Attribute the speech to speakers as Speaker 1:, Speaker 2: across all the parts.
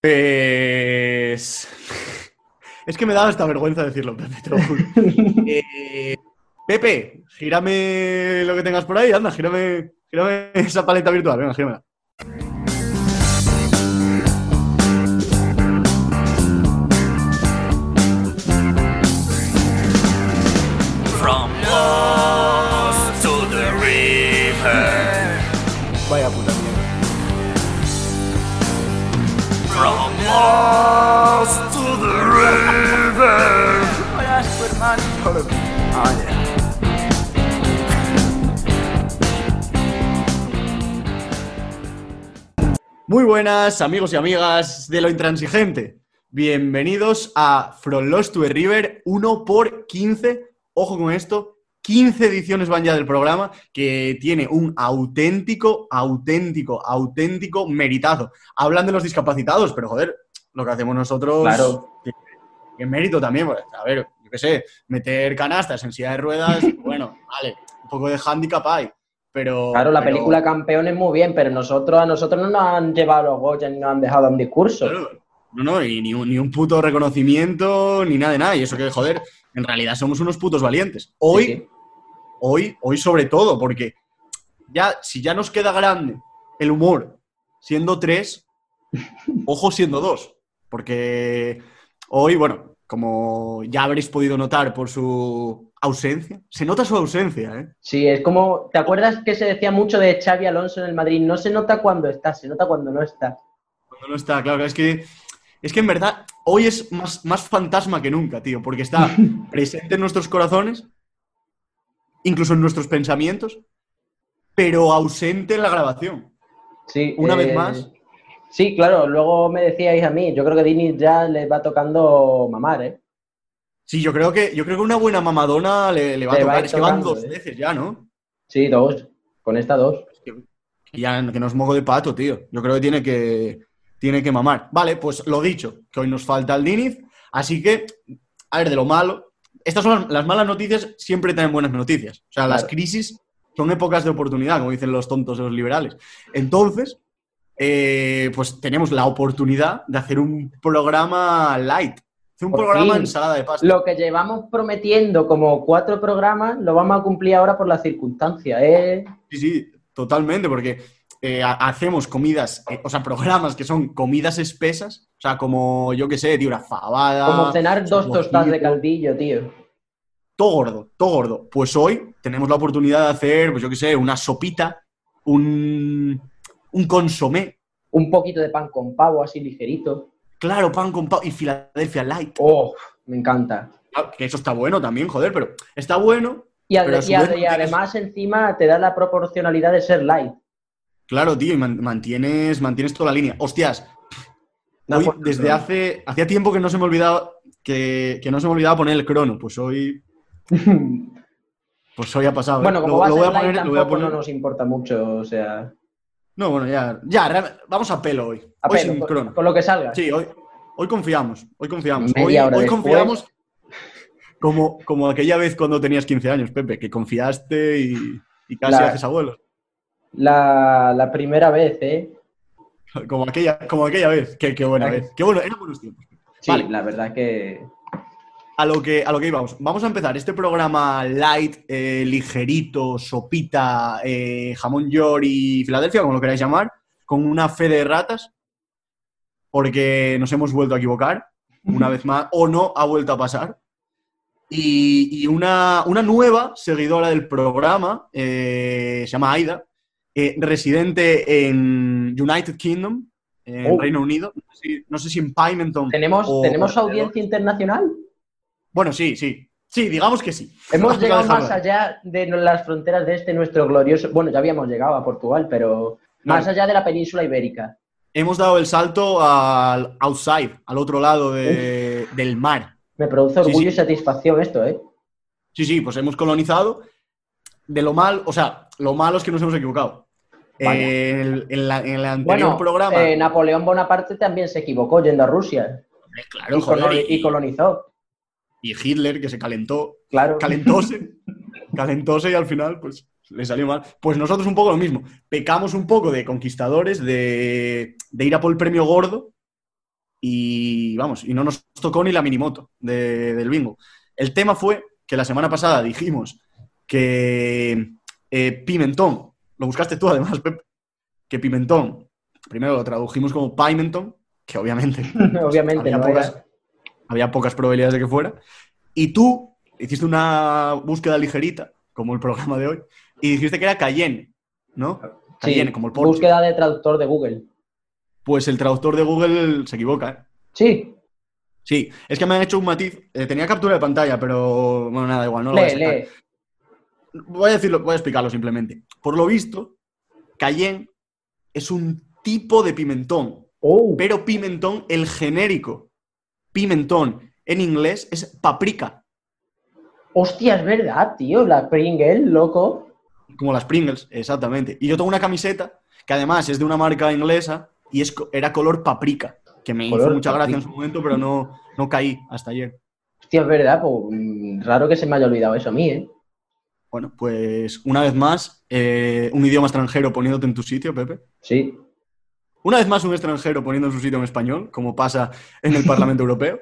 Speaker 1: Pues. Es que me da hasta vergüenza decirlo, Pepe, te lo juro. Eh, Pepe, gírame lo que tengas por ahí, anda, gírame, gírame esa paleta virtual, venga, gíramela.
Speaker 2: From lost to the river.
Speaker 3: Vaya puta mierda.
Speaker 2: From lost to the river.
Speaker 1: Muy buenas, amigos y amigas de lo intransigente. Bienvenidos a From Lost to a River 1 por 15. Ojo con esto, 15 ediciones van ya del programa que tiene un auténtico, auténtico, auténtico meritazo. Hablan de los discapacitados, pero joder, lo que hacemos nosotros.
Speaker 3: Claro.
Speaker 1: Qué, qué mérito también, pues, a ver, yo qué sé, meter canastas en silla de ruedas, bueno, vale, un poco de handicap hay, pero.
Speaker 3: Claro, la
Speaker 1: pero-
Speaker 3: película Campeones muy bien, pero nosotros a nosotros no nos han llevado los Goya ni nos han dejado un discurso.
Speaker 1: Claro, No, no, y ni un, ni un puto reconocimiento, ni nada de nada. Y eso que, joder, en realidad somos unos putos valientes. Hoy,
Speaker 3: Sí, sí.
Speaker 1: hoy, hoy sobre todo, porque ya, si ya nos queda grande el humor siendo tres, ojo siendo dos. Porque hoy, bueno, como ya habréis podido notar por su ausencia, se nota su ausencia, ¿eh?
Speaker 3: Sí, es como, ¿te acuerdas que se decía mucho de Xavi Alonso en el Madrid? No se nota cuando está, se nota cuando no está.
Speaker 1: Cuando no está, claro, es que es que en verdad hoy es más, más fantasma que nunca, tío, porque está presente en nuestros corazones, incluso en nuestros pensamientos, pero ausente en la grabación.
Speaker 3: Sí, eh,
Speaker 1: Una vez más.
Speaker 3: Sí, claro, luego me decíais a mí, yo creo que Dini ya le va tocando mamar, ¿eh?
Speaker 1: Sí, yo creo que yo creo que una buena mamadona le, le va a
Speaker 3: Le va a
Speaker 1: tocar.
Speaker 3: ir
Speaker 1: Es que van
Speaker 3: tocando,
Speaker 1: dos
Speaker 3: eh.
Speaker 1: veces ya, ¿no?
Speaker 3: Sí, dos, con esta dos.
Speaker 1: Que ya que nos mojo de pato, tío. Yo creo que tiene que tiene que mamar. Vale, pues lo dicho, que hoy nos falta el Diniz, así que a ver de lo malo. Estas son las, las malas noticias, siempre traen buenas noticias. O sea, las
Speaker 3: Claro.
Speaker 1: crisis son épocas de oportunidad, como dicen los tontos de los liberales. Entonces, eh, pues tenemos la oportunidad de hacer un programa light, hacer un
Speaker 3: Por
Speaker 1: programa
Speaker 3: fin.
Speaker 1: ensalada de pasta.
Speaker 3: Lo que llevamos prometiendo como cuatro programas lo vamos a cumplir ahora por las circunstancias, ¿eh?
Speaker 1: Sí, sí, totalmente, porque eh, ha- hacemos comidas, eh, o sea, programas que son comidas espesas, o sea, como, yo qué sé, tío, una fabada.
Speaker 3: Como cenar dos
Speaker 1: Ah, un
Speaker 3: tostadas de
Speaker 1: bocito,
Speaker 3: caldillo, tío.
Speaker 1: Todo gordo, todo gordo. Pues hoy tenemos la oportunidad de hacer, pues yo qué sé, una sopita, un, un consomé,
Speaker 3: Un poquito de pan con pavo, así ligerito.
Speaker 1: claro, pan con pavo y Philadelphia Light.
Speaker 3: ¡Oh! Me encanta.
Speaker 1: Claro, que eso está bueno también, joder, pero está bueno.
Speaker 3: Y, ade-
Speaker 1: Pero a su
Speaker 3: y ade-
Speaker 1: vez no
Speaker 3: y además encima te da la proporcionalidad de ser light.
Speaker 1: Claro, tío, y man- mantienes, mantienes toda la línea. Hostias,
Speaker 3: Da
Speaker 1: Hoy,
Speaker 3: cuatro,
Speaker 1: desde
Speaker 3: creo.
Speaker 1: hace hacía tiempo que no se me olvidaba que, que no se me olvidaba poner el crono, pues hoy pues hoy ha pasado. ¿eh?
Speaker 3: bueno, como
Speaker 1: Lo-
Speaker 3: va a
Speaker 1: lo
Speaker 3: ser
Speaker 1: voy a
Speaker 3: light
Speaker 1: poner- lo
Speaker 3: tampoco
Speaker 1: voy a poner-
Speaker 3: no nos importa mucho, o sea...
Speaker 1: No, bueno, ya, ya real- vamos a pelo hoy.
Speaker 3: a
Speaker 1: hoy
Speaker 3: pelo,
Speaker 1: sin
Speaker 3: con,
Speaker 1: crono.
Speaker 3: con lo que salga.
Speaker 1: Sí, hoy hoy confiamos, hoy confiamos.
Speaker 3: Media
Speaker 1: hoy
Speaker 3: hora
Speaker 1: hoy
Speaker 3: después.
Speaker 1: confiamos como como aquella vez cuando tenías 15 años, Pepe, que confiaste y, y casi
Speaker 3: La-
Speaker 1: haces abuelos.
Speaker 3: La, la primera vez, ¿eh?
Speaker 1: Como aquella como aquella vez, qué, qué buena
Speaker 3: La-
Speaker 1: vez. Qué bueno, eran buenos tiempos.
Speaker 3: Sí,
Speaker 1: Vale.
Speaker 3: la verdad que...
Speaker 1: A lo que a lo que íbamos. Vamos a empezar este programa light, eh, ligerito, sopita, eh, jamón york y Filadelfia, como lo queráis llamar, con una fe de ratas, porque nos hemos vuelto a equivocar una vez más, o no ha vuelto a pasar. Y, y una, una nueva seguidora del programa, eh, se llama Aida, eh, residente en United Kingdom, en
Speaker 3: Oh.
Speaker 1: Reino Unido, no sé, si- no sé si en Pymenton.
Speaker 3: ¿Tenemos,
Speaker 1: o-
Speaker 3: ¿tenemos audiencia internacional?
Speaker 1: bueno, sí, sí. Sí, digamos que sí.
Speaker 3: Hemos
Speaker 1: Vamos a
Speaker 3: llegado
Speaker 1: dejarlo
Speaker 3: más
Speaker 1: ahí.
Speaker 3: allá de no- las fronteras de este nuestro glorioso... Bueno, ya habíamos llegado a Portugal, pero más
Speaker 1: Vale.
Speaker 3: allá de la península ibérica.
Speaker 1: Hemos dado el salto al outside, al otro lado de- del mar.
Speaker 3: Me produce
Speaker 1: Sí,
Speaker 3: orgullo y
Speaker 1: sí.
Speaker 3: satisfacción esto, ¿eh?
Speaker 1: Sí, sí, pues hemos colonizado. De lo mal, o sea, lo malo es que nos hemos equivocado.
Speaker 3: Vaya.
Speaker 1: Eh, el- en, la- en el anterior
Speaker 3: Bueno,
Speaker 1: programa.
Speaker 3: eh, Napoleón Bonaparte también se equivocó yendo a Rusia
Speaker 1: eh,
Speaker 3: y,
Speaker 1: claro, joder,
Speaker 3: coloni-
Speaker 1: y,
Speaker 3: y colonizó,
Speaker 1: y Hitler, que se calentó.
Speaker 3: claro.
Speaker 1: Calentóse. calentóse y al final, pues, le salió mal. Pues nosotros un poco lo mismo. Pecamos un poco de conquistadores, de, de ir a por el premio gordo. y vamos, y no nos tocó ni la minimoto de- del bingo. El tema fue que la semana pasada dijimos que eh, Pimentón, lo buscaste tú además, Pep, que Pimentón, primero lo tradujimos como Pimentón, que obviamente,
Speaker 3: Obviamente,
Speaker 1: había,
Speaker 3: no
Speaker 1: pocas,
Speaker 3: era-
Speaker 1: había pocas probabilidades de que fuera, y tú hiciste una búsqueda ligerita, como el programa de hoy, y dijiste que era Cayenne, ¿no?
Speaker 3: Sí,
Speaker 1: Cayenne, como el Porsche.
Speaker 3: búsqueda de traductor de Google.
Speaker 1: Pues el traductor de Google se equivoca, ¿eh?
Speaker 3: Sí,
Speaker 1: Sí, es que me han hecho un matiz. Eh, tenía captura de pantalla, pero bueno, nada, igual, no lo voy a
Speaker 3: lee,
Speaker 1: sacar.
Speaker 3: lee.
Speaker 1: Voy a decirlo, voy a explicarlo simplemente. Por lo visto, Cayenne es un tipo de pimentón,
Speaker 3: Oh,
Speaker 1: pero pimentón, el genérico pimentón en inglés es paprika,
Speaker 3: hostia, es verdad, tío. La Pringle, loco.
Speaker 1: como las Pringles, exactamente. Y yo tengo una camiseta que además es de una marca inglesa y es, co- era color paprika, que me hizo
Speaker 3: Color
Speaker 1: mucha gracia en
Speaker 3: paprika.
Speaker 1: su momento, pero no, no caí hasta ayer.
Speaker 3: Hostia, es verdad. Pues, mm, raro que se me haya olvidado eso a mí, ¿eh?
Speaker 1: Bueno, pues una vez más, eh, un idioma extranjero poniéndote en tu sitio, Pepe.
Speaker 3: Sí.
Speaker 1: Una vez más, un extranjero poniendo en su sitio en español, como pasa en el Parlamento Europeo.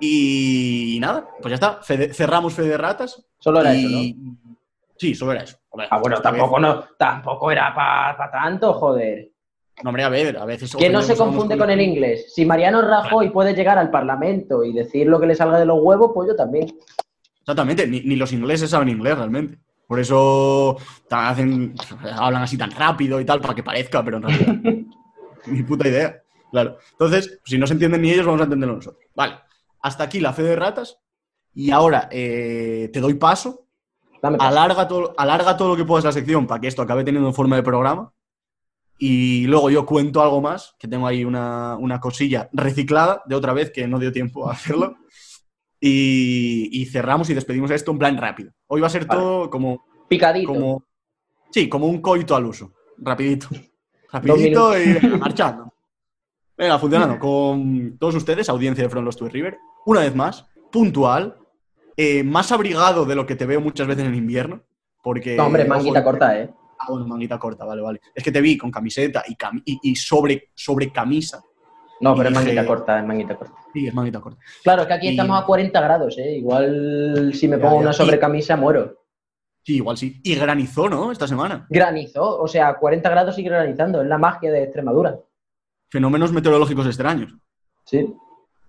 Speaker 1: Y nada, pues ya está. Fede- cerramos Fede de Ratas.
Speaker 3: Solo era eso,
Speaker 1: y...
Speaker 3: ¿no?
Speaker 1: Sí, solo era eso. Hombre,
Speaker 3: Ah, bueno,
Speaker 1: esta vez-
Speaker 3: tampoco, no, tampoco era para tanto, joder.
Speaker 1: No, hombre, a ver, a veces.
Speaker 3: Que no se
Speaker 1: ofendemos a unos
Speaker 3: confunde con el
Speaker 1: colectivos.
Speaker 3: inglés. Si Mariano Rajoy puede llegar al Parlamento y decir lo que le salga de los huevos, pues yo también.
Speaker 1: Exactamente, ni, ni los ingleses saben inglés realmente. Por eso ta- hacen, hablan así tan rápido y tal, para que parezca, pero en realidad. ni puta idea. Claro. Entonces, si no se entienden ni ellos, vamos a entenderlo nosotros. Vale. Hasta aquí la fe de ratas. Y ahora eh, te doy paso.
Speaker 3: Dame paso.
Speaker 1: Alarga todo, alarga todo lo que puedas la sección para que esto acabe teniendo forma de programa. Y luego yo cuento algo más, que tengo ahí una, una cosilla reciclada de otra vez que no dio tiempo a hacerlo. Y, y cerramos y despedimos esto en plan rápido. Hoy va a ser
Speaker 3: Vale.
Speaker 1: todo como,
Speaker 3: Picadito.
Speaker 1: como. Sí, como un coito al uso. Rapidito.
Speaker 3: minutos.
Speaker 1: Rapidito y venga, marchando. Venga, funcionando. Con todos ustedes, audiencia de From Los to River. Una vez más, puntual. eh, más abrigado de lo que te veo muchas veces en invierno. Porque.
Speaker 3: No, hombre, manguita
Speaker 1: ojo,
Speaker 3: corta, ¿eh?
Speaker 1: Ah, bueno, manguita corta, vale, vale. Es que te vi con camiseta y, cami- y, y sobre, sobre camisa.
Speaker 3: No, pero es
Speaker 1: Dije-
Speaker 3: manguita corta, es manguita corta.
Speaker 1: Sí, es manguita corta.
Speaker 3: Claro, es que aquí
Speaker 1: Y-
Speaker 3: estamos a 40 grados, ¿eh? Igual si me
Speaker 1: Ya,
Speaker 3: pongo
Speaker 1: ya.
Speaker 3: una sobrecamisa muero.
Speaker 1: Sí, igual sí. Y granizó, ¿no? Esta semana.
Speaker 3: Granizó, o sea, 40 grados sigue granizando, es la magia de Extremadura.
Speaker 1: Fenómenos meteorológicos extraños.
Speaker 3: Sí.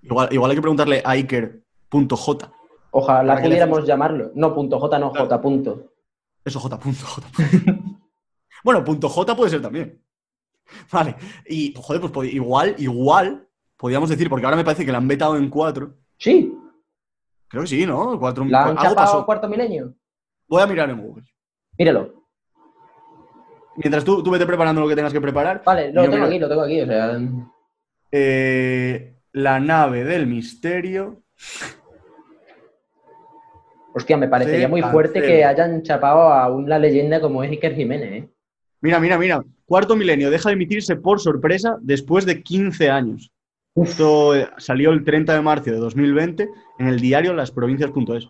Speaker 1: Igual, igual hay que preguntarle a Iker.j. Para
Speaker 3: Ojalá
Speaker 1: que le
Speaker 3: pudiéramos llamarlo. No, punto J, no,
Speaker 1: Claro.
Speaker 3: J, punto.
Speaker 1: Eso J, punto, J. bueno, punto J puede ser también. Vale. Y, joder, pues pod- igual, igual, podríamos decir, porque ahora me parece que la han vetado en cuatro.
Speaker 3: Sí,
Speaker 1: Creo que sí, ¿no? Cuatro,
Speaker 3: la han
Speaker 1: Pues algo
Speaker 3: chapado
Speaker 1: pasó.
Speaker 3: cuarto milenio.
Speaker 1: Voy a mirar en Google.
Speaker 3: Míralo.
Speaker 1: Mientras tú, tú vete preparando lo que tengas que preparar.
Speaker 3: Vale, lo
Speaker 1: Yo
Speaker 3: tengo
Speaker 1: miro.
Speaker 3: aquí, lo tengo aquí, o sea.
Speaker 1: Eh, la nave del misterio.
Speaker 3: Hostia, me parecería
Speaker 1: Sí,
Speaker 3: muy
Speaker 1: al
Speaker 3: fuerte
Speaker 1: cero.
Speaker 3: que hayan chapado a una leyenda como es Iker Jiménez, ¿eh?
Speaker 1: Mira, mira, mira. Cuarto milenio deja de emitirse por sorpresa después de 15 años.
Speaker 3: Uf,
Speaker 1: Esto eh, salió el 30 de marzo de 2020 en el diario Lasprovincias.es.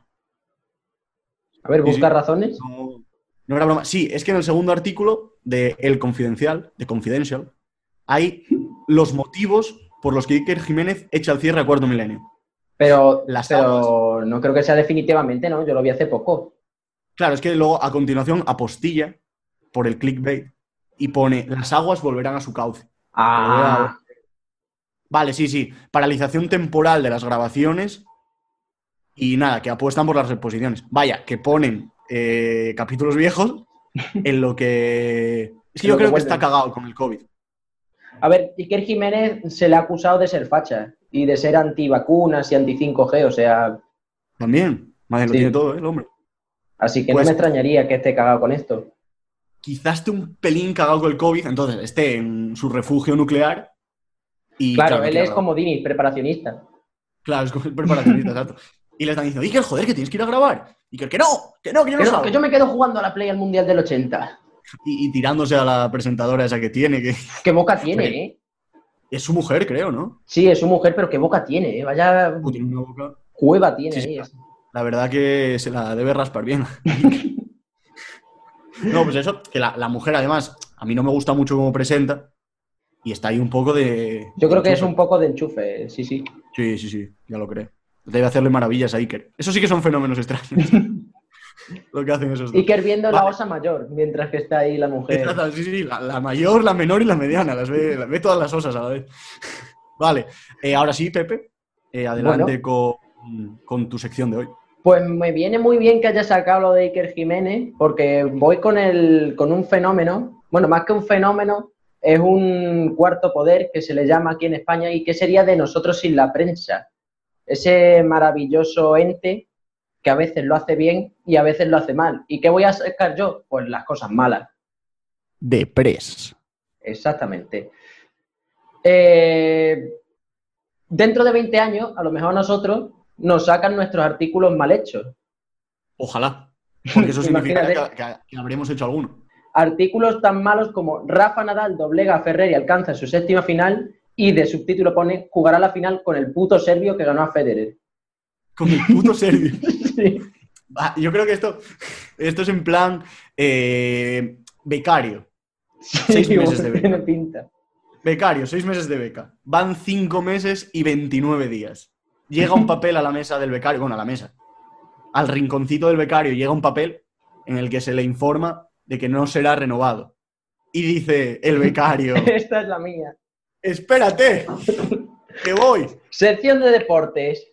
Speaker 3: a ver,
Speaker 1: Sí, sí.
Speaker 3: busca razones.
Speaker 1: No, no era broma. Sí, es que en el segundo artículo de El Confidencial, de Confidential, hay los motivos por los que Iker Jiménez echa el cierre a Cuarto Milenio.
Speaker 3: Pero,
Speaker 1: Las
Speaker 3: pero no creo que sea definitivamente, ¿no? Yo lo vi hace poco.
Speaker 1: Claro, es que luego a continuación apostilla por el clickbait y pone las aguas volverán a su cauce.
Speaker 3: Ah,
Speaker 1: Vale, sí, sí. Paralización temporal de las grabaciones y nada, que apuestan por las reposiciones. Vaya, que ponen eh, capítulos viejos en lo que... Es que
Speaker 3: En
Speaker 1: yo creo
Speaker 3: lo que
Speaker 1: que
Speaker 3: vuelven.
Speaker 1: está cagado con el COVID.
Speaker 3: a ver, Iker Jiménez se le ha acusado de ser facha y de ser antivacunas y anti 5G, o sea,
Speaker 1: También. Madre, lo
Speaker 3: Sí.
Speaker 1: tiene todo, ¿eh, el hombre.
Speaker 3: así que
Speaker 1: Pues-
Speaker 3: no me extrañaría que esté cagado con esto.
Speaker 1: Quizás esté un pelín cagado con el COVID, entonces esté en su refugio nuclear. Y
Speaker 3: Claro,
Speaker 1: no
Speaker 3: él
Speaker 1: quiere
Speaker 3: es
Speaker 1: grabar.
Speaker 3: como Dini, preparacionista.
Speaker 1: Claro, es como el preparacionista, exacto. Y le están diciendo, Iker, joder, que tienes que ir a grabar. Iker, que no, que no, que yo no
Speaker 3: Que, no,
Speaker 1: salgo".
Speaker 3: que yo me quedo jugando a la Play al Mundial del 80.
Speaker 1: Y, y tirándose a la presentadora esa que tiene, que
Speaker 3: Qué boca tiene,
Speaker 1: Hombre.
Speaker 3: ¿eh?
Speaker 1: es su mujer, creo, ¿no?
Speaker 3: Sí, es su mujer, pero qué boca tiene, ¿eh? Vaya
Speaker 1: Uy, tiene una boca.
Speaker 3: cueva tiene
Speaker 1: Sí,
Speaker 3: eh.
Speaker 1: sí,
Speaker 3: ahí.
Speaker 1: claro. La verdad que se la debe raspar bien. no, pues eso, que la, la mujer además, a mí no me gusta mucho cómo presenta. Y está ahí un poco de.
Speaker 3: Yo creo que es
Speaker 1: enchufe.
Speaker 3: un poco de enchufe, eh. sí, sí.
Speaker 1: Sí, sí, sí, ya lo creo. Debe hacerle maravillas a Iker. Eso sí que son fenómenos extraños. lo que hacen esos dos.
Speaker 3: Iker eh. viendo la
Speaker 1: Vale.
Speaker 3: osa mayor, mientras que está ahí la mujer.
Speaker 1: Esta- sí, sí, la, la mayor, la menor y la mediana. Las ve, las ve todas las osas a la vez. vale, eh, ahora sí, Pepe. eh, adelante con, con tu sección de hoy.
Speaker 3: Pues me viene muy bien que haya sacado lo de Iker Jiménez, porque voy con, el, con un fenómeno, bueno, más que un fenómeno, es un cuarto poder que se le llama aquí en España y que sería de nosotros sin la prensa. Ese maravilloso ente que a veces lo hace bien y a veces lo hace mal. ¿Y qué voy a sacar yo? Pues las cosas malas.
Speaker 1: De Press.
Speaker 3: Exactamente. Eh, dentro de 20 años, a lo mejor nosotros nos sacan nuestros artículos mal hechos.
Speaker 1: Ojalá. Porque eso significa
Speaker 3: Imagínate.
Speaker 1: que, que- que habremos hecho alguno.
Speaker 3: Artículos tan malos como Rafa Nadal doblega a Ferrer y alcanza su séptima final y de subtítulo pone jugará la final con el puto serbio que ganó a Federer.
Speaker 1: Con el puto serio.
Speaker 3: Sí.
Speaker 1: Va, Yo creo que esto, esto es en plan eh, becario. Seis meses de beca.
Speaker 3: tiene pinta.
Speaker 1: Becario, seis meses de beca. Van cinco meses y 29 días. Llega un papel a la mesa del becario, bueno, a la mesa. Al rinconcito del becario llega un papel en el que se le informa de que no será renovado. Y dice el becario,
Speaker 3: Esta es la mía.
Speaker 1: espérate, que voy.
Speaker 3: Sección de deportes.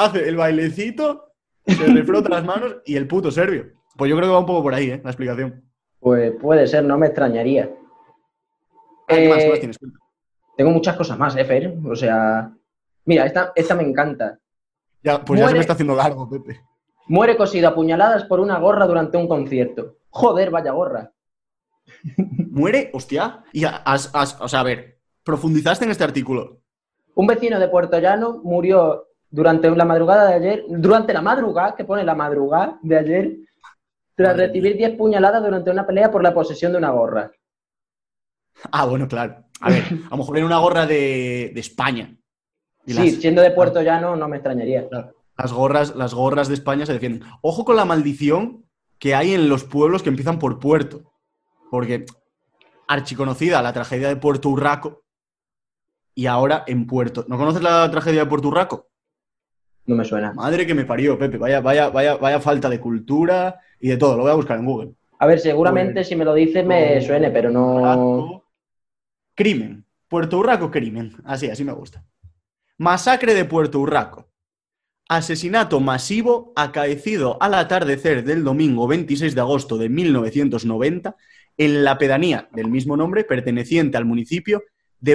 Speaker 1: Hace el bailecito, se refrota las manos y el puto serbio. Pues yo creo que va un poco por ahí, ¿eh? La explicación.
Speaker 3: Pues puede ser, no me extrañaría.
Speaker 1: Ah, ¿Qué más,
Speaker 3: Eh,
Speaker 1: ¿Qué más tienes?
Speaker 3: Tengo muchas cosas más, eh, Fer. O sea, mira, esta, esta me encanta.
Speaker 1: Ya, pues ya se
Speaker 3: muere-
Speaker 1: me está haciendo largo, Pepe.
Speaker 3: Muere cosido a puñaladas por una gorra durante un concierto. Joder, vaya gorra.
Speaker 1: Muere, hostia. Y has- has- o sea, a ver, profundizaste en este artículo.
Speaker 3: Un vecino de Puerto Llano murió durante la madrugada de ayer, durante la madrugada, que pone la madrugada de ayer, tras
Speaker 1: Madre
Speaker 3: recibir 10 puñaladas durante una pelea por la posesión de una gorra.
Speaker 1: Ah, bueno, claro. A ver, a lo mejor en una gorra de, de España. Y
Speaker 3: Sí,
Speaker 1: las,
Speaker 3: siendo de Puerto Llano no me extrañaría.
Speaker 1: las gorras, las gorras de España se defienden. Ojo con la maldición que hay en los pueblos que empiezan por puerto. Porque archiconocida la tragedia de Puerto Urraco y ahora en Puerto. ¿No conoces la tragedia de Puerto Urraco?
Speaker 3: No me suena.
Speaker 1: Madre que me parió, Pepe. Vaya, vaya, vaya, vaya falta de cultura y de todo. Lo voy a buscar en Google.
Speaker 3: A ver, seguramente
Speaker 1: Pues-
Speaker 3: si me lo dices me suene, pero no...
Speaker 1: Urraco, Crimen. Puerto Urraco, crimen. Así, así me gusta. Masacre de Puerto Urraco. Asesinato masivo acaecido al atardecer del domingo 26 de agosto de 1990 en la pedanía del mismo nombre perteneciente al municipio de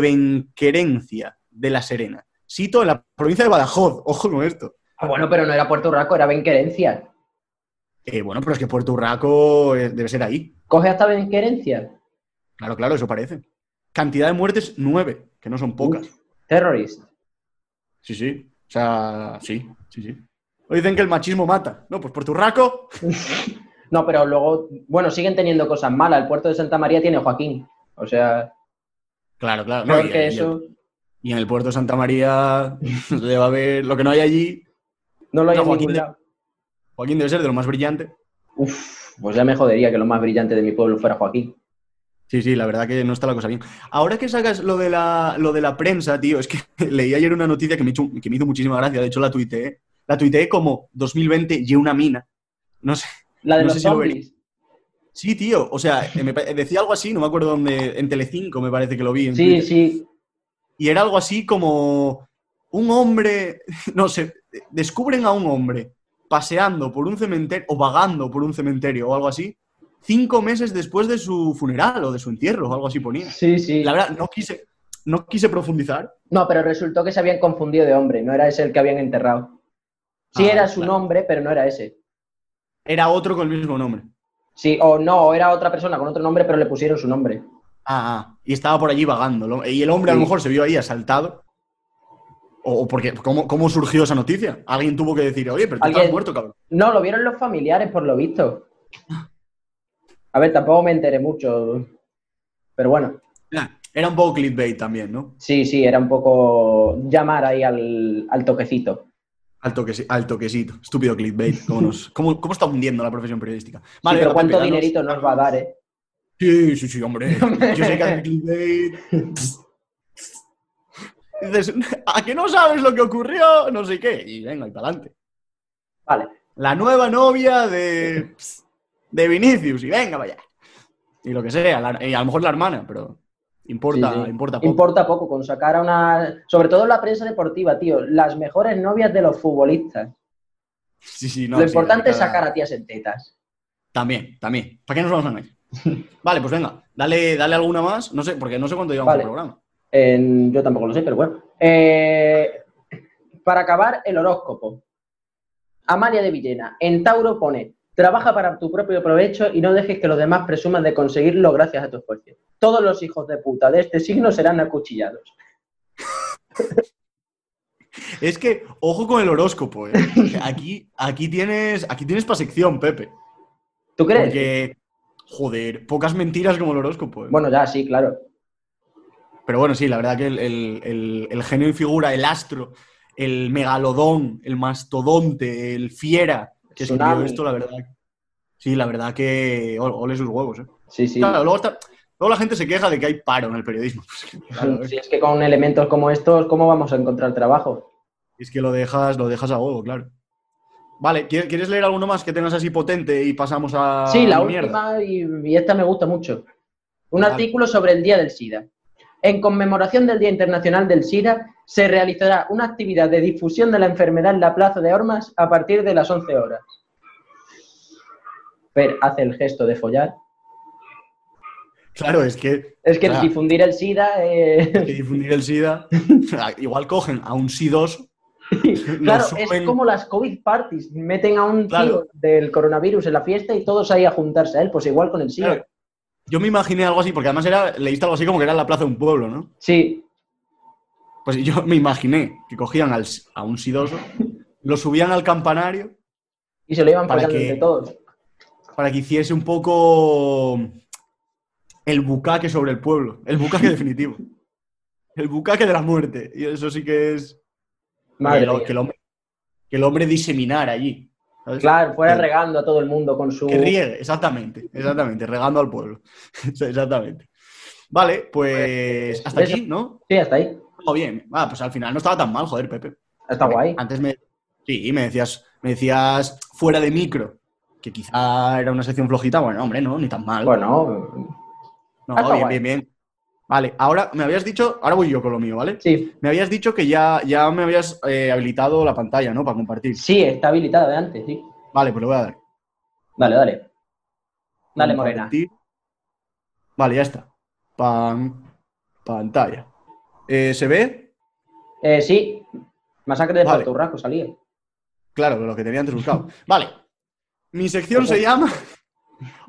Speaker 1: Benquerencia de La Serena, sito en la provincia de Badajoz. Ojo con esto.
Speaker 3: Ah, bueno, pero no era Puerto Urraco, era Benquerencia.
Speaker 1: Eh, bueno, pero es que Puerto Urraco eh, debe ser ahí.
Speaker 3: ¿Coge hasta Benquerencia?
Speaker 1: Claro, claro, eso parece. Cantidad de muertes, nueve, que no son pocas.
Speaker 3: Terrorist.
Speaker 1: Sí, sí. O sea, sí, sí, sí. O dicen que el machismo mata. No, pues por tu raco.
Speaker 3: No, pero luego, bueno, siguen teniendo cosas malas. El puerto de Santa María tiene Joaquín. O sea,
Speaker 1: Claro, claro. no,
Speaker 3: creo
Speaker 1: y,
Speaker 3: que
Speaker 1: y-
Speaker 3: eso
Speaker 1: y en el puerto de Santa María se debe haber lo que no hay allí.
Speaker 3: no lo hay
Speaker 1: no,
Speaker 3: en
Speaker 1: Joaquín
Speaker 3: ningún
Speaker 1: de-
Speaker 3: lado.
Speaker 1: Joaquín debe ser de lo más brillante.
Speaker 3: Uf, pues ya me jodería que lo más brillante de mi pueblo fuera Joaquín.
Speaker 1: Sí, sí, la verdad que no está la cosa bien. Ahora que sacas lo de la, lo de la prensa, tío, es que leí ayer una noticia que me, hizo, que me hizo muchísima gracia. De hecho, la tuiteé. La tuiteé como 2020 y una mina. No sé.
Speaker 3: La de
Speaker 1: No
Speaker 3: los
Speaker 1: sé si lo
Speaker 3: zombies.
Speaker 1: Sí, tío. O sea, eh, me pa- decía algo así, no me acuerdo dónde. En Telecinco me parece que lo vi. En
Speaker 3: sí,
Speaker 1: Twitter.
Speaker 3: sí.
Speaker 1: y era algo así como un hombre, no sé, descubren a un hombre paseando por un cementerio o vagando por un cementerio o algo así, cinco meses después de su funeral o de su entierro o algo así ponía.
Speaker 3: Sí, sí.
Speaker 1: La verdad, no quise, no quise profundizar.
Speaker 3: No, pero resultó que se habían confundido de hombre, no era ese el que habían enterrado. Sí
Speaker 1: Ah,
Speaker 3: era su
Speaker 1: claro.
Speaker 3: nombre, pero no era ese.
Speaker 1: Era otro con el mismo nombre.
Speaker 3: Sí, o no, o era otra persona con otro nombre, pero le pusieron su nombre.
Speaker 1: Ah, ah, y estaba por allí vagando. lo- Y el hombre a lo
Speaker 3: Sí.
Speaker 1: mejor se vio ahí asaltado. O o porque, ¿cómo, ¿cómo surgió esa noticia? Alguien tuvo que decir, oye, pero tú estás
Speaker 3: Alguien-
Speaker 1: muerto, cabrón.
Speaker 3: No, lo vieron los familiares, por lo visto. A ver, tampoco me enteré mucho. Pero bueno,
Speaker 1: Era- Era un poco clickbait también, ¿no?
Speaker 3: sí, sí, era un poco llamar ahí al, al toquecito.
Speaker 1: Al, toque- al toquecito. Estúpido clickbait. ¿Cómo, nos- cómo- cómo está hundiendo la profesión periodística?
Speaker 3: sí, pero
Speaker 1: venga,
Speaker 3: cuánto
Speaker 1: Pepe, danos-
Speaker 3: dinerito nos va a dar, ¿eh?
Speaker 1: Sí, sí, sí, hombre. Yo sé que hace clickbait. Dices, ¿a que no sabes lo que ocurrió? No sé qué. Y venga, y para adelante.
Speaker 3: Vale.
Speaker 1: La nueva novia de, de Vinicius. Y venga, vaya. Y lo que sea. la- y a lo mejor la hermana, pero importa,
Speaker 3: Sí, sí.
Speaker 1: importa poco.
Speaker 3: Importa poco con sacar a una. Sobre todo en la prensa deportiva, tío. Las mejores novias de los futbolistas.
Speaker 1: Sí, sí, no,
Speaker 3: Lo
Speaker 1: sí,
Speaker 3: importante es
Speaker 1: cada-
Speaker 3: sacar a tías en tetas.
Speaker 1: También, también. ¿Para qué nos vamos a engañar? vale, pues venga. Dale, dale alguna más. No sé, porque no sé cuánto llevamos
Speaker 3: Vale.
Speaker 1: el programa.
Speaker 3: En- Yo tampoco lo sé, pero bueno. Eh, Para acabar, el horóscopo. Amalia de Villena, en Tauro pone: trabaja para tu propio provecho y no dejes que los demás presuman de conseguirlo gracias a tu esfuerzo. Todos los hijos de puta de este signo serán acuchillados.
Speaker 1: Es que, ojo con el horóscopo, eh. Aquí, aquí tienes, aquí tienes para sección, Pepe.
Speaker 3: ¿Tú crees?
Speaker 1: Porque, joder, pocas mentiras como el horóscopo. eh.
Speaker 3: Bueno, ya, sí, claro.
Speaker 1: Pero bueno, sí, la verdad que el, el- el- el genio y figura, el astro, el megalodón, el mastodonte, el fiera, que escribió
Speaker 3: Tsunami.
Speaker 1: esto, la verdad. Sí, la verdad que ol- ole sus huevos. eh.
Speaker 3: Sí, sí.
Speaker 1: Claro, luego, está- luego la gente se queja de que hay paro en el periodismo. Pues Claro,
Speaker 3: Si es que con elementos como estos, ¿cómo vamos a encontrar trabajo?
Speaker 1: es que lo dejas, lo dejas a huevo, claro. Vale, ¿quieres quieres leer alguno más que tengas así potente y pasamos a
Speaker 3: Sí, la
Speaker 1: Ah, mierda? Ah.
Speaker 3: última y, y esta me gusta mucho. Un
Speaker 1: Vale.
Speaker 3: artículo sobre el Día del SIDA. En conmemoración del Día Internacional del SIDA, se realizará una actividad de difusión de la enfermedad en la Plaza de Ormas a partir de las 11 horas. Ver, hace el gesto de follar.
Speaker 1: Claro, es que,
Speaker 3: Es que
Speaker 1: Claro.
Speaker 3: difundir el SIDA...
Speaker 1: hay
Speaker 3: eh,
Speaker 1: que difundir el SIDA. Ah, Igual cogen a un SIDOS.
Speaker 3: claro, es
Speaker 1: suben.
Speaker 3: como las COVID parties. Meten a un
Speaker 1: Claro.
Speaker 3: tío del coronavirus en la fiesta y todos ahí a juntarse a él. Pues igual con el SIDA.
Speaker 1: Claro. Yo me imaginé algo así, porque además era, leíste algo así como que era la plaza de un pueblo, ¿no?
Speaker 3: Sí,
Speaker 1: Pues yo me imaginé que cogían al, s- a un sidoso, lo subían al campanario
Speaker 3: y se lo iban
Speaker 1: Para
Speaker 3: pagando
Speaker 1: que-
Speaker 3: entre todos.
Speaker 1: para que hiciese un poco el bucaque sobre el pueblo, el bucaque definitivo, el bucaque de la muerte. Y eso sí que es
Speaker 3: Madre
Speaker 1: que, lo-
Speaker 3: mía.
Speaker 1: que el hombre, que el hombre diseminara allí. ¿sabes?
Speaker 3: Claro, fuera
Speaker 1: Que-
Speaker 3: regando a todo el mundo con su...
Speaker 1: Que riegue, exactamente, exactamente, regando al pueblo. exactamente. Vale, pues hasta
Speaker 3: eso.
Speaker 1: aquí, ¿no?
Speaker 3: Sí, hasta ahí.
Speaker 1: Oh, bien. Ah, pues al final no estaba tan mal, joder, Pepe.
Speaker 3: Está guay.
Speaker 1: Antes me. Sí, me decías, me decías fuera de micro, que quizá era una sección flojita. Bueno, hombre, no, ni tan mal.
Speaker 3: Bueno,
Speaker 1: no,
Speaker 3: está
Speaker 1: bien,
Speaker 3: guay.
Speaker 1: bien, bien. Vale, ahora me habías dicho, ahora voy yo con lo mío, ¿vale?
Speaker 3: sí.
Speaker 1: Me habías dicho que ya, ya me habías eh, habilitado la pantalla, ¿no? Para compartir.
Speaker 3: Sí, está habilitada de antes, sí.
Speaker 1: Vale, pues lo voy a dar.
Speaker 3: Dale, dale. Dale, Morena.
Speaker 1: Compartir. Vale, ya está. Pan, pantalla. Eh, ¿Se ve?
Speaker 3: Eh, sí. Masacre de
Speaker 1: Vale.
Speaker 3: Panturrasco salía.
Speaker 1: Claro, lo que tenía antes buscado. Vale. Mi sección se llama.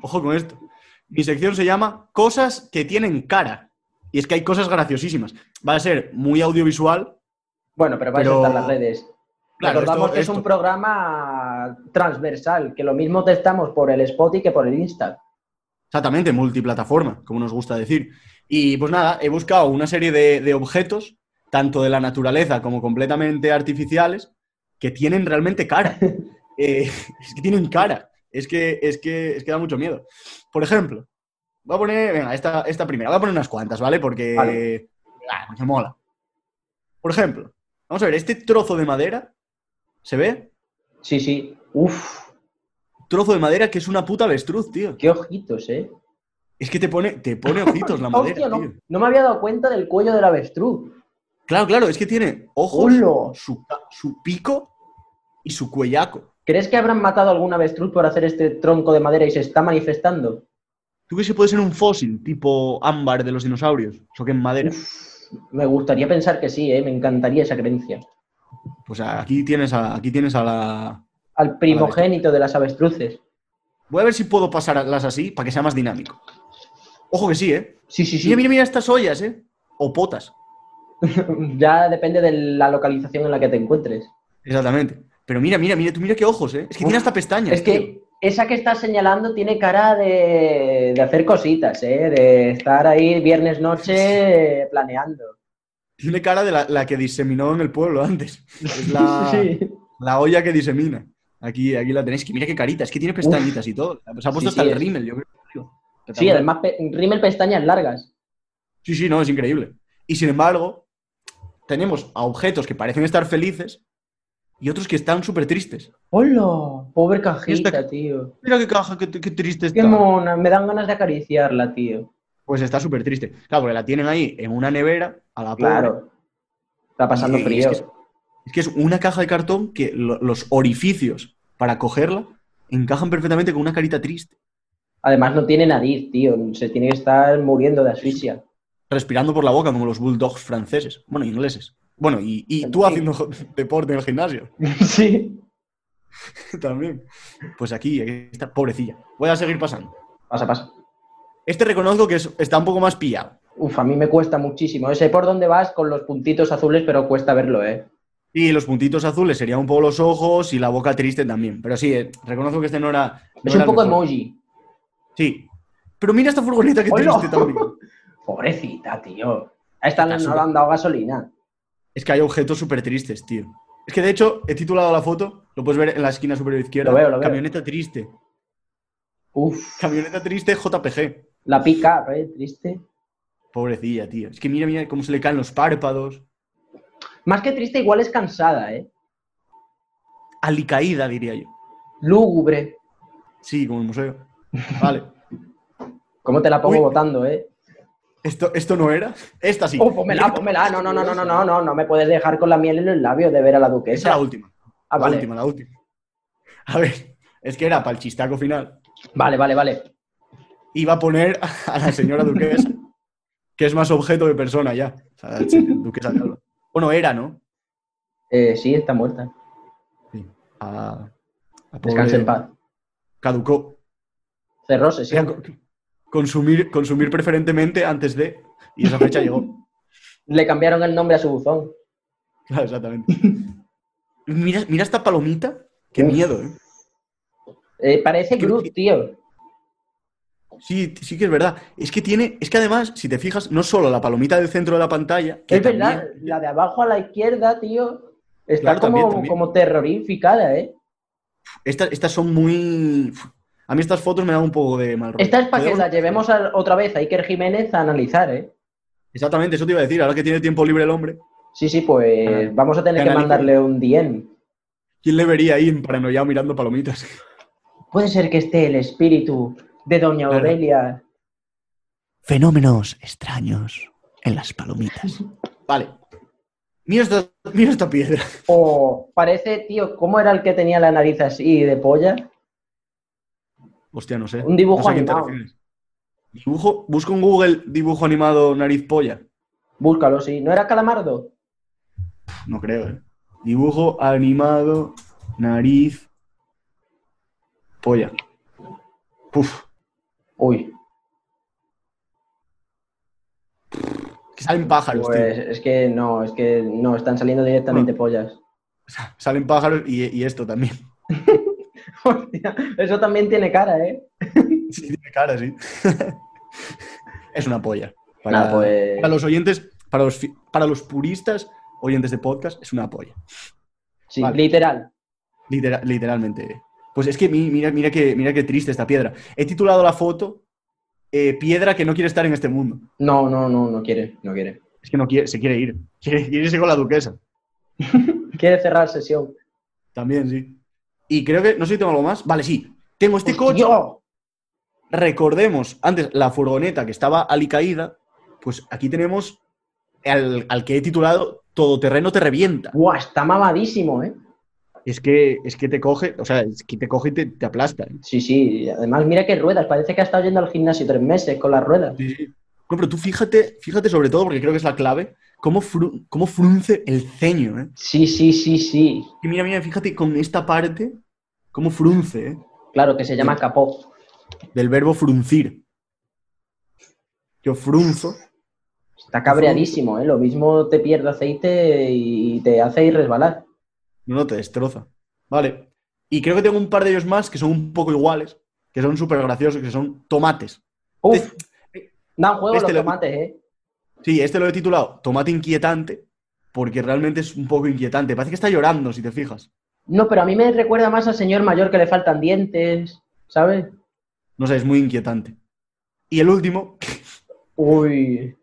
Speaker 1: Ojo con esto. Mi sección se llama Cosas que tienen cara. Y es que hay cosas graciosísimas. Va a ser muy audiovisual.
Speaker 3: Bueno, pero vais
Speaker 1: Pero-
Speaker 3: a estar las redes.
Speaker 1: Claro,
Speaker 3: Recordamos
Speaker 1: esto-
Speaker 3: que es
Speaker 1: esto.
Speaker 3: un programa transversal, que lo mismo te estamos por el Spotify que por el Insta.
Speaker 1: Exactamente, multiplataforma, como nos gusta decir. Y pues nada, he buscado una serie de, de objetos, tanto de la naturaleza como completamente artificiales, que tienen realmente cara. Eh, es que tienen cara. Es que, es, que, es que da mucho miedo. Por ejemplo, voy a poner, venga, esta, esta primera, voy a poner unas cuantas, ¿vale? Porque
Speaker 3: Vale.
Speaker 1: ah, me mola. Por ejemplo, vamos a ver, este trozo de madera, ¿se ve?
Speaker 3: Sí, sí. Uf,
Speaker 1: Trozo de madera que es una puta avestruz, tío.
Speaker 3: qué ojitos, ¿eh?
Speaker 1: Es que te pone, te pone ojitos la madera,
Speaker 3: Hostia, no,
Speaker 1: tío.
Speaker 3: no me había dado cuenta del cuello del avestruz.
Speaker 1: Claro, claro, es que tiene ojos,
Speaker 3: ¡Hola!
Speaker 1: su, ca- su pico y su cuellaco.
Speaker 3: ¿Crees que habrán matado a algún avestruz por hacer este tronco de madera y se está manifestando?
Speaker 1: ¿Tú crees que puede ser un fósil tipo ámbar de los dinosaurios? Eso que en madera.
Speaker 3: Me gustaría pensar que sí, ¿eh? me encantaría esa creencia.
Speaker 1: Pues aquí tienes a, aquí tienes a la.
Speaker 3: Al primogénito de las avestruces.
Speaker 1: Voy a ver si puedo pasarlas así para que sea más dinámico. Ojo que sí, ¿eh?
Speaker 3: Sí, sí, sí.
Speaker 1: Mira, mira, mira estas ollas, ¿eh? O potas.
Speaker 3: ya depende de la localización en la que te encuentres.
Speaker 1: Exactamente. Pero mira, mira, mira, tú mira qué ojos, ¿eh? Es que tiene hasta pestañas.
Speaker 3: Es que esa que estás señalando tiene cara de, de hacer cositas, ¿eh? de estar ahí viernes noche eh, planeando.
Speaker 1: Tiene cara de la, la que diseminó en el pueblo antes. Es la,
Speaker 3: Sí.
Speaker 1: la olla que disemina. Aquí, aquí la tenéis. Que mira qué carita, es que tiene pestañitas y todo. Se ha puesto
Speaker 3: Sí,
Speaker 1: hasta
Speaker 3: sí,
Speaker 1: el
Speaker 3: es.
Speaker 1: rímel, yo creo.
Speaker 3: Sí, además pe- rímel pestañas largas.
Speaker 1: Sí, sí, no, es increíble. Y sin embargo, tenemos a objetos que parecen estar felices y otros que están súper tristes.
Speaker 3: ¡Hola! Pobre cajita,
Speaker 1: Esta-
Speaker 3: tío.
Speaker 1: Mira qué caja, qué, qué triste
Speaker 3: Qué mona, me dan ganas de acariciarla, tío.
Speaker 1: Pues está súper triste. Claro, porque la tienen ahí en una nevera, a la pobre.
Speaker 3: Claro. Está pasando
Speaker 1: Y- y es
Speaker 3: frío.
Speaker 1: que- Es que es una caja de cartón que lo- los orificios para cogerla encajan perfectamente con una carita triste,
Speaker 3: Además, no tiene nariz, tío. Se tiene que estar muriendo de asfixia.
Speaker 1: respirando por la boca como los bulldogs franceses, bueno, ingleses. Bueno, y, y tú
Speaker 3: Sí.
Speaker 1: haciendo jo- deporte en el gimnasio
Speaker 3: sí.
Speaker 1: también. Pues aquí, aquí está, pobrecilla. Voy a seguir pasando.
Speaker 3: Pasa, pasa.
Speaker 1: Este reconozco que es- está un poco más pillado.
Speaker 3: Uf, a mí me cuesta muchísimo. Sé por dónde vas con los puntitos azules, pero cuesta verlo, ¿eh?
Speaker 1: Y los puntitos azules serían un poco los ojos y la boca triste también. Pero sí, eh, reconozco que este no era. no
Speaker 3: Es
Speaker 1: era
Speaker 3: un
Speaker 1: el
Speaker 3: poco
Speaker 1: mejor.
Speaker 3: emoji.
Speaker 1: Sí. Pero mira esta furgoneta que este
Speaker 3: Hola.
Speaker 1: triste también.
Speaker 3: Pobrecita, tío. A esta
Speaker 1: Está
Speaker 3: no
Speaker 1: súper-
Speaker 3: le han dado gasolina.
Speaker 1: Es que hay objetos súper tristes, tío. Es que de hecho he titulado la foto, lo puedes ver en la esquina superior izquierda.
Speaker 3: Lo veo, lo veo.
Speaker 1: Camioneta triste.
Speaker 3: Uf,
Speaker 1: Camioneta triste JPG.
Speaker 3: la pica, ¿eh? Triste.
Speaker 1: Pobrecilla, tío. Es que mira, mira cómo se le caen los párpados.
Speaker 3: Más que triste, igual es cansada, ¿eh?
Speaker 1: Alicaída, diría yo.
Speaker 3: Lúgubre.
Speaker 1: Sí, como el museo. Vale.
Speaker 3: ¿Cómo te la pongo
Speaker 1: Uy.
Speaker 3: votando, eh?
Speaker 1: ¿Esto, esto no era? Esta sí.
Speaker 3: Uf, pónmela, pónmela. No, no, no, no, no, no, no. No me puedes dejar con la miel en los labios de ver a la
Speaker 1: Esa es la
Speaker 3: duquesa.
Speaker 1: última. La
Speaker 3: Ah, vale.
Speaker 1: última, la última. A ver, es que era para el chistaco final.
Speaker 3: Vale, vale, vale.
Speaker 1: Iba a poner a la señora duquesa, que es más objeto de persona ya. O sea, duquesa de Alba. Bueno, era, ¿no?
Speaker 3: Eh, sí, está muerta.
Speaker 1: a, a pobre-
Speaker 3: Descansa en paz.
Speaker 1: Caducó.
Speaker 3: Cerrose, sí.
Speaker 1: Era co- consumir, consumir preferentemente antes de. Y esa fecha llegó.
Speaker 3: Le cambiaron el nombre a su buzón.
Speaker 1: Claro, exactamente. Mira, mira esta palomita. Qué
Speaker 3: Uf.
Speaker 1: miedo, ¿eh?
Speaker 3: Eh, parece
Speaker 1: Creo
Speaker 3: Groot,
Speaker 1: que-
Speaker 3: tío.
Speaker 1: Sí, t- sí que es verdad. Es que tiene. Es que además, si te fijas, no solo la palomita del centro de la pantalla. que
Speaker 3: Es verdad,
Speaker 1: también-
Speaker 3: la de abajo a la izquierda, tío, está
Speaker 1: Claro,
Speaker 3: como,
Speaker 1: también, también.
Speaker 3: como terrorificada, ¿eh?
Speaker 1: Estas, estas son muy. A mí estas fotos me dan un poco de mal rollo.
Speaker 3: Esta es para que
Speaker 1: Podemos-
Speaker 3: la llevemos a- otra vez a Iker Jiménez a analizar, ¿eh?
Speaker 1: Exactamente, eso te iba a decir. Ahora que tiene tiempo libre el hombre,
Speaker 3: Sí, sí, pues
Speaker 1: Ah,
Speaker 3: vamos a tener
Speaker 1: que
Speaker 3: que
Speaker 1: analice.
Speaker 3: mandarle un DM.
Speaker 1: ¿quién le vería ahí en paranoia mirando palomitas?
Speaker 3: Puede ser que esté el espíritu de Doña
Speaker 1: Claro.
Speaker 3: Aurelia.
Speaker 1: Fenómenos extraños en las palomitas. Vale. Mira esta, mira esta piedra.
Speaker 3: O parece, tío, ¿cómo era el que tenía la nariz así de polla?
Speaker 1: Hostia, no sé.
Speaker 3: Un dibujo
Speaker 1: No sé a quién te
Speaker 3: animado.
Speaker 1: refieres. Dibujo, busco en Google dibujo animado nariz polla.
Speaker 3: Búscalo, sí. ¿No era Calamardo?
Speaker 1: Pff, No creo, eh. Dibujo animado nariz polla. Puf.
Speaker 3: Uy,
Speaker 1: Que salen pájaros,
Speaker 3: pues
Speaker 1: tío.
Speaker 3: es que no, es que no, están saliendo directamente
Speaker 1: Ah.
Speaker 3: pollas.
Speaker 1: Salen pájaros y, y esto también.
Speaker 3: Hostia, eso también tiene cara, ¿eh?
Speaker 1: Sí, tiene cara, sí. es una polla.
Speaker 3: Nada, pues-
Speaker 1: para los oyentes, para los, fi- para los puristas oyentes de podcast, es una polla.
Speaker 3: Sí,
Speaker 1: Vale.
Speaker 3: literal.
Speaker 1: Litera- literalmente. Pues es que mi- mira, mira, que, mira qué triste esta piedra. He titulado la foto eh, Piedra que no quiere estar en este mundo.
Speaker 3: No, no, no, no quiere, no quiere.
Speaker 1: Es que no quiere, se quiere ir. Quiere, quiere irse con la duquesa.
Speaker 3: Quiere cerrar sesión.
Speaker 1: También, sí. Y creo que, no sé si tengo algo más. Vale, sí. Tengo este coche.
Speaker 3: ¡Hostia!
Speaker 1: Recordemos, antes, la furgoneta que estaba alicaída. Pues aquí tenemos al, al que he titulado Todoterreno te revienta.
Speaker 3: ¡Buah! Está mamadísimo, ¿eh?
Speaker 1: Es que, es que te coge, o sea, es que te coge y te, te aplasta. ¿eh?
Speaker 3: Sí, sí. Además, mira qué ruedas. Parece que ha estado yendo al gimnasio tres meses con las ruedas.
Speaker 1: Sí, sí. No, pero tú fíjate, fíjate sobre todo, porque creo que es la clave, cómo, fru- cómo frunce el ceño, ¿eh?
Speaker 3: Sí, sí, sí, sí.
Speaker 1: Y mira, mira, fíjate con esta parte, cómo frunce, ¿eh?
Speaker 3: Claro, que se llama capó.
Speaker 1: Del verbo fruncir. Yo frunzo.
Speaker 3: Está cabreadísimo, ¿eh? Lo mismo te pierde aceite y te hace ir resbalar.
Speaker 1: No, no, te destroza. Vale. Y creo que tengo un par de ellos más que son un poco iguales, que son súper graciosos, que son tomates.
Speaker 3: ¡Uf! Dan juego
Speaker 1: este
Speaker 3: los
Speaker 1: lo-
Speaker 3: tomates, ¿eh?
Speaker 1: Sí, este lo he titulado Tomate inquietante, porque realmente es un poco inquietante. Parece que está llorando, si te fijas.
Speaker 3: No, pero a mí me recuerda más al señor mayor que le faltan dientes, ¿sabes?
Speaker 1: No sé, es muy inquietante. Y el último,
Speaker 3: Uy.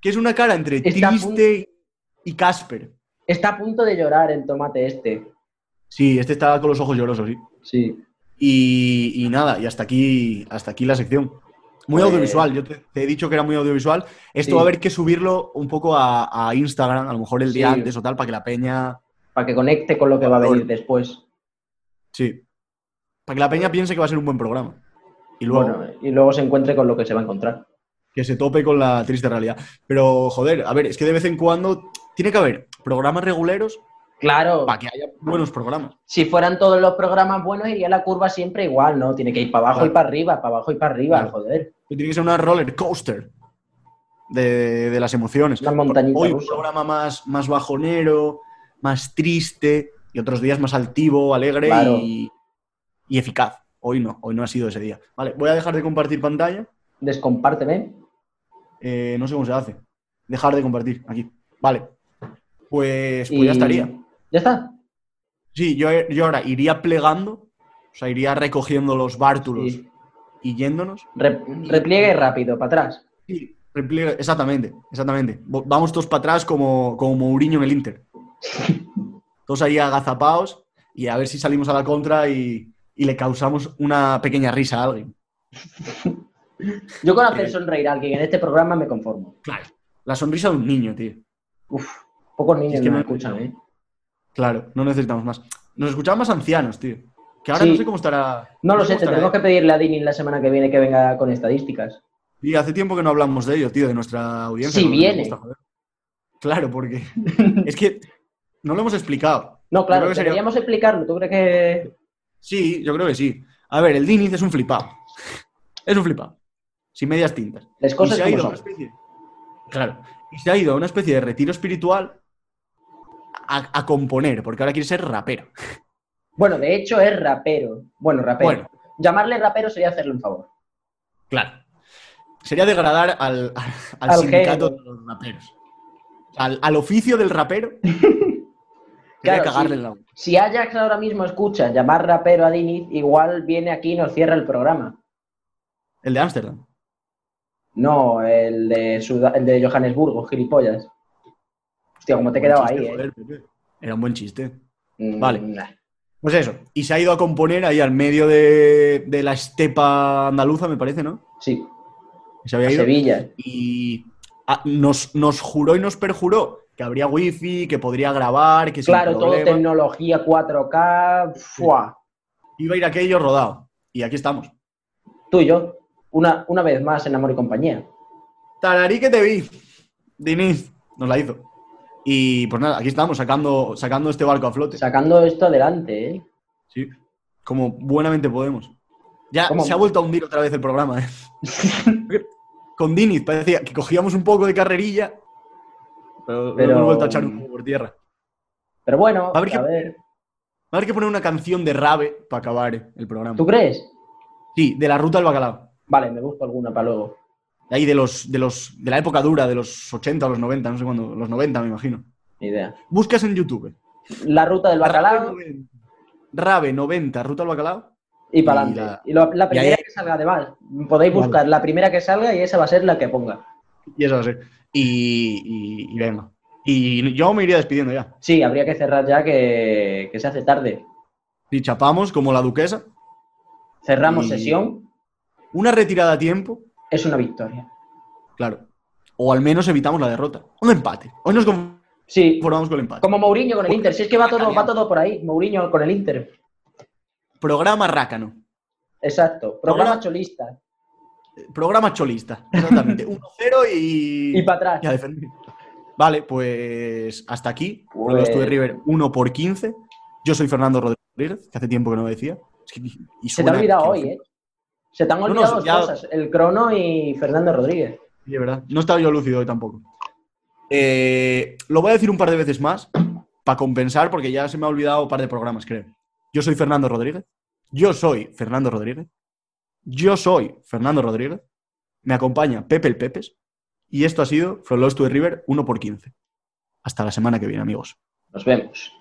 Speaker 1: que es una cara entre
Speaker 3: Está a punto-
Speaker 1: triste y Casper.
Speaker 3: Está a punto de llorar el tomate este.
Speaker 1: Sí, este está con los ojos llorosos, sí.
Speaker 3: Sí.
Speaker 1: Y, y nada, y hasta aquí, hasta aquí la sección. Muy
Speaker 3: Pues-
Speaker 1: audiovisual, yo te, te he dicho que era muy audiovisual. Esto
Speaker 3: Sí.
Speaker 1: va a haber que subirlo un poco a, a Instagram, a lo mejor el día
Speaker 3: Sí.
Speaker 1: antes o tal, para que la peña.
Speaker 3: Para que conecte con lo que va a venir después.
Speaker 1: Sí. Para que la peña piense que va a ser un buen programa. Y luego
Speaker 3: Bueno, y luego se encuentre con lo que se va a encontrar.
Speaker 1: que se tope con la triste realidad. Pero, joder, a ver, es que de vez en cuando tiene que haber programas reguleros
Speaker 3: Claro,
Speaker 1: para que haya buenos programas.
Speaker 3: si fueran todos los programas buenos, iría la curva siempre igual, ¿no? Tiene que ir para abajo
Speaker 1: Claro.
Speaker 3: y para arriba, para abajo y para arriba,
Speaker 1: Claro.
Speaker 3: joder.
Speaker 1: Que Tiene que ser una roller coaster de, de las emociones.
Speaker 3: Una montañita
Speaker 1: Hoy un
Speaker 3: rusa.
Speaker 1: programa más, más bajonero, más triste, y otros días más altivo, alegre
Speaker 3: Claro.
Speaker 1: y, y eficaz. Hoy no, hoy no ha sido ese día. Vale, voy a dejar de compartir pantalla.
Speaker 3: Descompárteme.
Speaker 1: Eh, no sé cómo se hace. Dejar de compartir, aquí. Vale. Pues, pues
Speaker 3: y-
Speaker 1: ya estaría.
Speaker 3: Ya está.
Speaker 1: Sí, yo, yo ahora iría plegando, o sea, iría recogiendo los bártulos
Speaker 3: Sí.
Speaker 1: y yéndonos.
Speaker 3: Re- repliegue rápido, para atrás.
Speaker 1: Sí, repliegue, exactamente, exactamente. Vo- Vamos todos para atrás como, como Mourinho en el Inter. Todos ahí agazapados y a ver si salimos a la contra y, y le causamos una pequeña risa a alguien.
Speaker 3: Yo con hacer
Speaker 1: Eh.
Speaker 3: sonreír a alguien en este programa me conformo.
Speaker 1: La sonrisa de un niño, tío.
Speaker 3: Uf, pocos niños
Speaker 1: Es que
Speaker 3: me
Speaker 1: me-
Speaker 3: escuchan, ¿eh?
Speaker 1: Claro, no necesitamos más. Nos escuchaban más ancianos, tío. Que ahora
Speaker 3: Sí.
Speaker 1: no sé cómo estará.
Speaker 3: No lo
Speaker 1: sé
Speaker 3: sé,
Speaker 1: cómo
Speaker 3: tendremos que
Speaker 1: estará.
Speaker 3: pedirle a Dini la semana que viene que venga con estadísticas.
Speaker 1: ¿eh? Y hace tiempo que no hablamos de ello, tío, de nuestra audiencia.
Speaker 3: Si
Speaker 1: no nos
Speaker 3: viene.
Speaker 1: gusta, joder. Claro, porque es que no lo hemos explicado.
Speaker 3: No, claro,
Speaker 1: creo que sería-
Speaker 3: deberíamos explicarlo. ¿Tú crees que
Speaker 1: Sí, yo creo que sí. A ver, el Diniz es un flipado. Es un flipado. Sin medias tintas.
Speaker 3: las
Speaker 1: y
Speaker 3: cosas
Speaker 1: se ha
Speaker 3: como
Speaker 1: ido a
Speaker 3: son?
Speaker 1: una especie. Claro. Y se ha ido a una especie de retiro espiritual a, a componer, porque ahora quiere ser rapero.
Speaker 3: Bueno, de hecho es rapero. Bueno, rapero.
Speaker 1: Bueno.
Speaker 3: Llamarle rapero sería hacerle un favor.
Speaker 1: Claro. Sería degradar al, al- al
Speaker 3: Al
Speaker 1: sindicato
Speaker 3: género.
Speaker 1: de los raperos. Al, al oficio del rapero. Sería
Speaker 3: Claro,
Speaker 1: cagarle
Speaker 3: sí.
Speaker 1: en la boca.
Speaker 3: Si Ajax ahora mismo escucha llamar rapero a Diniz, igual viene aquí y nos cierra el programa.
Speaker 1: El de Ámsterdam.
Speaker 3: No, el de, Suda- el de Johannesburgo, gilipollas. Hostia, como te he
Speaker 1: Buen
Speaker 3: quedado
Speaker 1: chiste,
Speaker 3: ahí, ¿eh?
Speaker 1: joder, Pepe. Era un buen chiste.
Speaker 3: Mm,
Speaker 1: Vale.
Speaker 3: nah.
Speaker 1: Pues eso, y se ha ido a componer ahí al medio de, de la estepa andaluza, me parece, ¿no?
Speaker 3: Sí,
Speaker 1: Se había
Speaker 3: a
Speaker 1: ido.
Speaker 3: Sevilla.
Speaker 1: Y ah, nos, nos juró y nos perjuró que habría wifi, que podría grabar, que sin
Speaker 3: Claro, todo
Speaker 1: problema,
Speaker 3: tecnología 4K. ¡fua!
Speaker 1: iba a ir aquello rodado. Y aquí estamos.
Speaker 3: Tú y yo, una, una vez más en Amor y Compañía.
Speaker 1: Tararí que te vi, Diniz, nos la hizo. Y pues nada, aquí estamos sacando, sacando este barco a flote.
Speaker 3: Sacando esto adelante, ¿eh?
Speaker 1: Sí, como buenamente podemos. Ya
Speaker 3: ¿Cómo?
Speaker 1: se ha vuelto a hundir otra vez el programa. ¿eh? Con Diniz parecía que cogíamos un poco de carrerilla, pero, lo
Speaker 3: Pero-
Speaker 1: hemos vuelto a echar un poco por tierra.
Speaker 3: Pero bueno,
Speaker 1: A ver qué-
Speaker 3: a ver.
Speaker 1: Va a haber que poner una canción de Rabe para acabar el programa.
Speaker 3: ¿Tú crees?
Speaker 1: Sí, de la ruta al bacalao.
Speaker 3: Vale, me busco alguna para luego.
Speaker 1: De ahí de los, de los de la época dura, de los 80 a los 90, no sé cuándo, los 90 me imagino.
Speaker 3: Ni idea.
Speaker 1: Buscas en YouTube.
Speaker 3: La ruta del bacalao
Speaker 1: Rabe 90, Rabe 90, ruta al bacalao.
Speaker 3: y para
Speaker 1: y
Speaker 3: adelante.
Speaker 1: la-
Speaker 3: Y, lo- la,
Speaker 1: y ahí-
Speaker 3: primera que salga de mal. Podéis
Speaker 1: Vale.
Speaker 3: buscar la primera que salga y esa va a ser la que ponga.
Speaker 1: Y eso va a ser. Y, y- y venga. Y yo me iría despidiendo ya.
Speaker 3: Sí, habría que cerrar ya que, que se hace tarde.
Speaker 1: Si chapamos como la duquesa,
Speaker 3: Cerramos
Speaker 1: Y-
Speaker 3: sesión,
Speaker 1: una retirada a tiempo,
Speaker 3: es una victoria.
Speaker 1: claro. O al menos evitamos la derrota. Un empate. Hoy nos conformamos
Speaker 3: Sí,
Speaker 1: con el empate.
Speaker 3: como Mourinho con el Inter. Si es que va todo, va todo por ahí. Mourinho con el Inter.
Speaker 1: Programa rácano.
Speaker 3: Exacto. Programa
Speaker 1: Programa-
Speaker 3: cholista.
Speaker 1: Programa cholista. Exactamente. 1-0
Speaker 3: Y para
Speaker 1: Y a
Speaker 3: atrás.
Speaker 1: defender. Vale, pues hasta aquí. Con
Speaker 3: Pues-
Speaker 1: los Tuve River 1 por 15. Yo soy Fernando Rodríguez, que hace tiempo que no lo decía. Es que- y
Speaker 3: Se te ha
Speaker 1: suena
Speaker 3: olvidado
Speaker 1: que-
Speaker 3: hoy, ¿eh? Se te han
Speaker 1: No, no,
Speaker 3: olvidado dos
Speaker 1: ya-
Speaker 3: cosas. El Crono y Fernando Rodríguez.
Speaker 1: Sí, de verdad. No estaba yo lúcido hoy tampoco. Eh, lo voy a decir un par de veces más para compensar, porque ya se me ha olvidado un par de programas, creo. Yo soy Fernando Rodríguez. Yo soy Fernando Rodríguez. Yo soy Fernando Rodríguez. Me acompaña Pepe el Pepes. Y esto ha sido From Lost to the River 1 por 15. Hasta la semana que viene, amigos.
Speaker 3: Nos vemos.